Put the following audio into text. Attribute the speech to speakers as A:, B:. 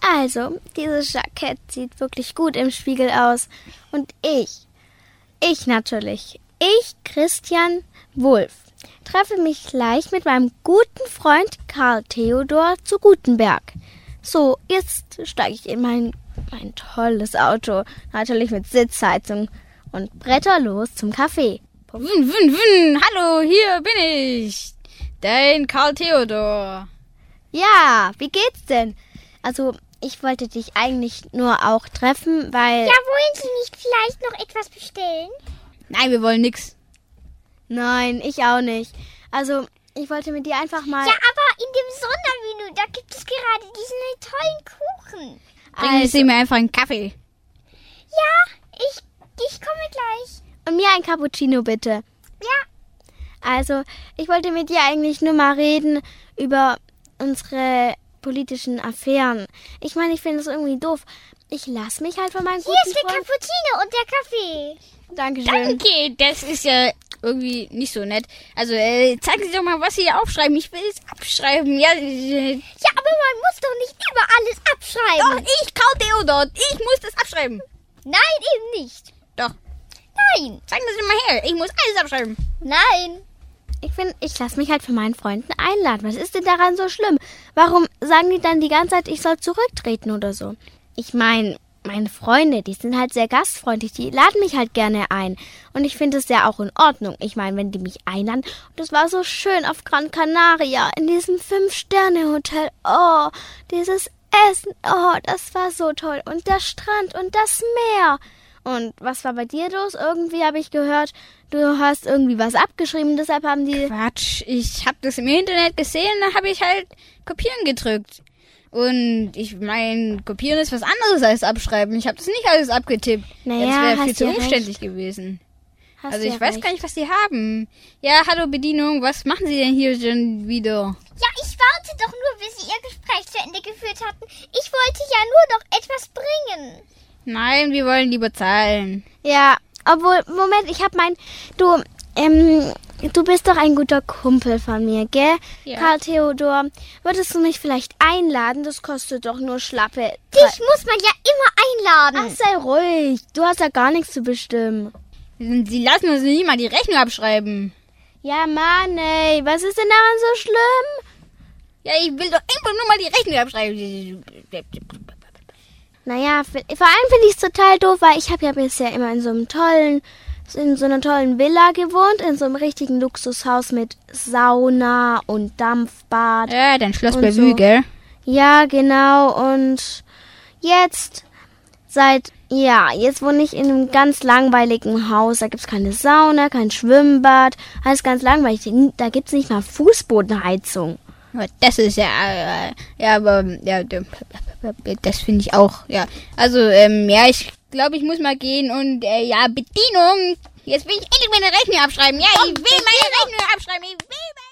A: Also, dieses Jackett sieht wirklich gut im Spiegel aus. Und ich, ich natürlich, ich, Christian Wulff, treffe mich gleich mit meinem guten Freund Karl Theodor zu Gutenberg. So, jetzt steige ich in mein, mein tolles Auto, natürlich mit Sitzheizung, und bretter los zum Café.
B: Wun, wun, wun, hallo, hier bin ich. Dein Karl Theodor.
A: Ja, wie geht's denn? Also, ich wollte dich eigentlich nur auch treffen, weil.
C: Ja, wollen Sie nicht vielleicht noch etwas bestellen?
B: Nein, wir wollen nix.
A: Nein, ich auch nicht. Also, ich wollte mit dir einfach mal.
C: Ja, aber in dem Sondermenü, da gibt es gerade diesen tollen Kuchen.
B: Bringen Sie mir einfach einen Kaffee.
C: Ja, ich, ich komme gleich.
A: Und mir ein Cappuccino bitte.
C: Ja,
A: Also, ich wollte mit dir eigentlich nur mal reden über unsere politischen Affären. Ich meine, ich finde es irgendwie doof. Ich lass mich halt von meinem
C: hier ist
A: guten
C: der
A: Freund.
C: Cappuccino und der Kaffee.
A: Dankeschön.
B: Danke, das ist ja irgendwie nicht so nett. Also, äh, zeigen Sie doch mal, was Sie hier aufschreiben. Ich will es abschreiben. Ja, äh,
C: Ja, aber man muss doch nicht immer alles
B: doch,
C: abschreiben.
B: ich, Karl Theodor, ich muss das abschreiben.
C: Nein, eben nicht.
B: Doch,
C: Nein,
B: zeigen Sie mal her. Ich muss alles abschreiben.
C: nein.
A: Ich finde, ich lass mich halt von meinen Freunden einladen. Was ist denn daran so schlimm? Warum sagen die dann die ganze Zeit, ich soll zurücktreten oder so? Ich meine, meine Freunde, die sind halt sehr gastfreundlich, die laden mich halt gerne ein. Und ich finde es ja auch in Ordnung. Ich meine, wenn die mich einladen, und das war so schön auf Gran Canaria, in diesem Fünf-Sterne-Hotel. Oh, dieses Essen, oh, das war so toll. Und der Strand und das Meer. Und was war bei dir los? Irgendwie habe ich gehört, du hast irgendwie was abgeschrieben, deshalb haben die.
B: Quatsch, ich hab das im Internet gesehen, da hab ich halt kopieren gedrückt. Und ich mein, kopieren ist was anderes als abschreiben. Ich hab das nicht alles abgetippt.
A: Naja,
B: das wäre
A: hast
B: viel zu
A: ja
B: umständlich gewesen.
A: Hast
B: also
A: du
B: ich
A: ja
B: weiß
A: recht.
B: gar nicht, was die haben. Ja, hallo Bedienung, was machen Sie denn hier schon wieder?
C: Ja, ich warte doch nur, bis Sie Ihr Gespräch zu Ende geführt hatten. Ich wollte ja nur noch etwas bringen.
B: Nein, wir wollen lieber zahlen.
A: Ja, obwohl, Moment, ich habe mein. Du, ähm, du bist doch ein guter Kumpel von mir, gell?
B: Ja.
A: Karl Theodor, würdest du mich vielleicht einladen? Das kostet doch nur Schlappe.
C: Dich muss man ja immer
B: Hm.
A: Ach,
C: einladen.
A: sei ruhig. Du hast ja gar nichts zu bestimmen.
B: Sie lassen uns nicht mal die Rechnung abschreiben.
A: Ja, Mann, ey, was ist denn daran so schlimm?
B: Ja, ich will doch einfach nur mal die Rechnung abschreiben.
A: Naja, fi- vor allem finde ich es total doof, weil ich habe ja bisher immer in so einem tollen, in so einer tollen Villa gewohnt, in so einem richtigen Luxushaus mit Sauna und Dampfbad.
B: Ja, dann Schloss
A: Und
B: Bellevue,
A: so.
B: gell?
A: Ja, genau. Und jetzt seit ja, jetzt wohne ich in einem ganz langweiligen Haus. Da gibt's keine Sauna, kein Schwimmbad. Alles ganz langweilig. Da gibt's nicht mal Fußbodenheizung.
B: Aber Das ist ja, äh, ja, aber, ja, das finde ich auch, ja. Also, ähm, ja, ich glaube, ich muss mal gehen und, äh, ja, Bedienung. Jetzt will ich endlich meine Rechnung abschreiben. Ja, ich will meine Rechnung abschreiben. Ich will meine